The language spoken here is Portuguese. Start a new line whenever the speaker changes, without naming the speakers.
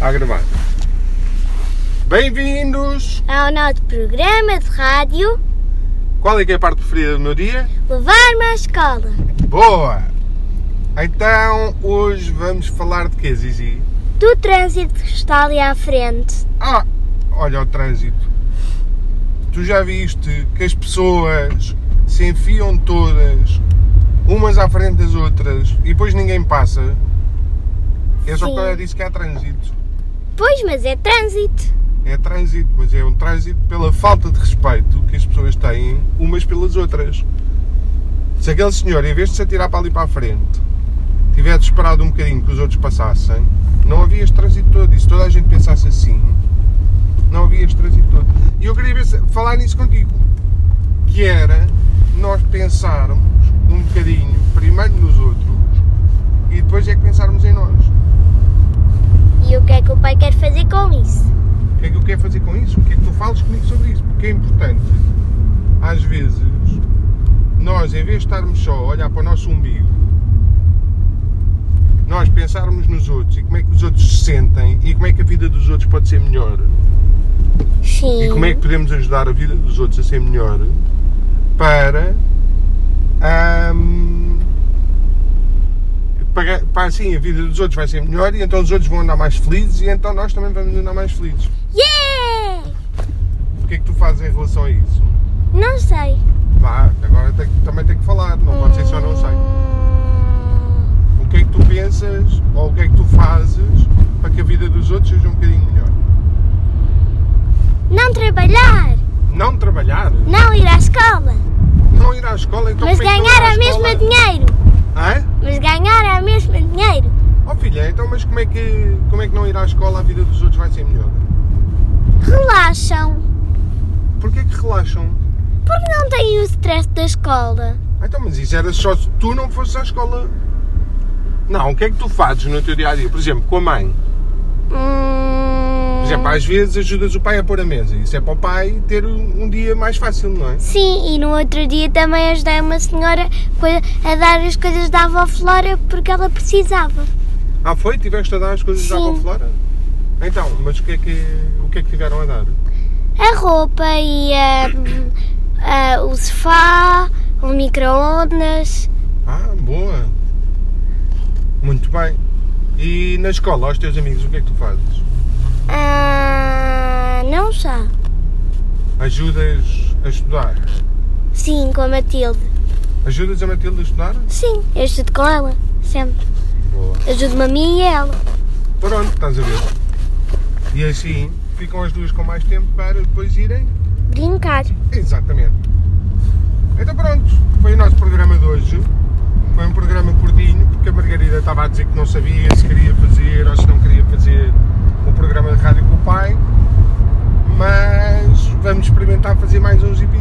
a gravar. Bem-vindos!
ao nosso programa de rádio
Qual é que é a parte preferida do meu dia?
Levar-me à Escola.
Boa! Então, hoje vamos falar de quê, Zizi?
Do trânsito que está ali à frente.
Ah, olha o trânsito. Tu já viste que as pessoas se enfiam todas, umas à frente das outras, e depois ninguém passa? É só
Sim.
por causa disso que há trânsito.
Pois, mas é trânsito.
É trânsito, mas é um trânsito pela falta de respeito que as pessoas têm umas pelas outras. Se aquele senhor, em vez de se atirar para ali para a frente, tivesse esperado um bocadinho que os outros passassem, não havia este trânsito todo. E se toda a gente pensasse assim, não havia este trânsito todo. E eu queria ver se- falar nisso contigo, que era nós pensarmos um bocadinho primeiro nos outros e depois é que pensarmos em nós.
E o que é que o pai quer fazer com isso?
O que é que eu quero fazer com isso? O que é que tu falas comigo sobre isso? Porque é importante, às vezes, nós, em vez de estarmos só a olhar para o nosso umbigo, nós pensarmos nos outros e como é que os outros se sentem e como é que a vida dos outros pode ser melhor
Sim.
e como é que podemos ajudar a vida dos outros a ser melhor para ahm, para, para assim a vida dos outros vai ser melhor e então os outros vão andar mais felizes e então nós também vamos andar mais felizes.
Yeah!
O que é que tu fazes em relação a isso?
Não sei.
Vá, agora tem que- também tem que falar, não pode ser só não sei. O que é que tu pensas ou o que é que tu fazes para que a vida dos outros seja um bocadinho melhor?
Não trabalhar.
Não trabalhar,
Não ir à escola.
não ir à escola, então
mas
como é que não ir
ganhar
à
a mesma
escola?
dinheiro.
Hã?
Mas ganhar a mesma dinheiro.
Oh filha, então mas como é, que, como é que não ir à escola a vida dos outros vai ser melhor?
Relaxam.
Porquê que relaxam?
Porque não têm o stress da escola.
Ah, Então, mas isso era só se tu não fosses à escola. Não, o que é que tu fazes no teu dia a dia? Por exemplo, com a mãe. Por exemplo, às vezes ajudas o pai a pôr a mesa. Isso é para o pai ter um um dia mais fácil, não é?
Sim, e no outro dia também ajudei uma senhora co- a dar as coisas da avó Flora porque ela precisava.
Ah, foi? Tiveste a dar as coisas já
Sim.
para a Flora? Então, mas o que, é que, o que é que tiveram a dar?
A roupa e a- a- o sofá, o micro-ondas.
Ah, boa! Muito bem. E na escola, aos teus amigos, o que é que tu fazes?
Ah, não só.
Ajudas a estudar?
Sim, com a Matilde.
Ajudas a Matilde a estudar?
Sim, eu ajudo com ela, sempre.
Boa.
Ajudo-me a mim e ela.
Pronto, estás a ver. E assim ficam as duas com mais tempo para depois irem
Brincar.
Exatamente. Então pronto, foi o nosso programa de hoje. Foi um programa curtinho, porque a Margarida estava a dizer que não sabia se queria fazer ou se não queria fazer um o programa de rádio com o pai. Mas vamos experimentar fazer mais uns episódios.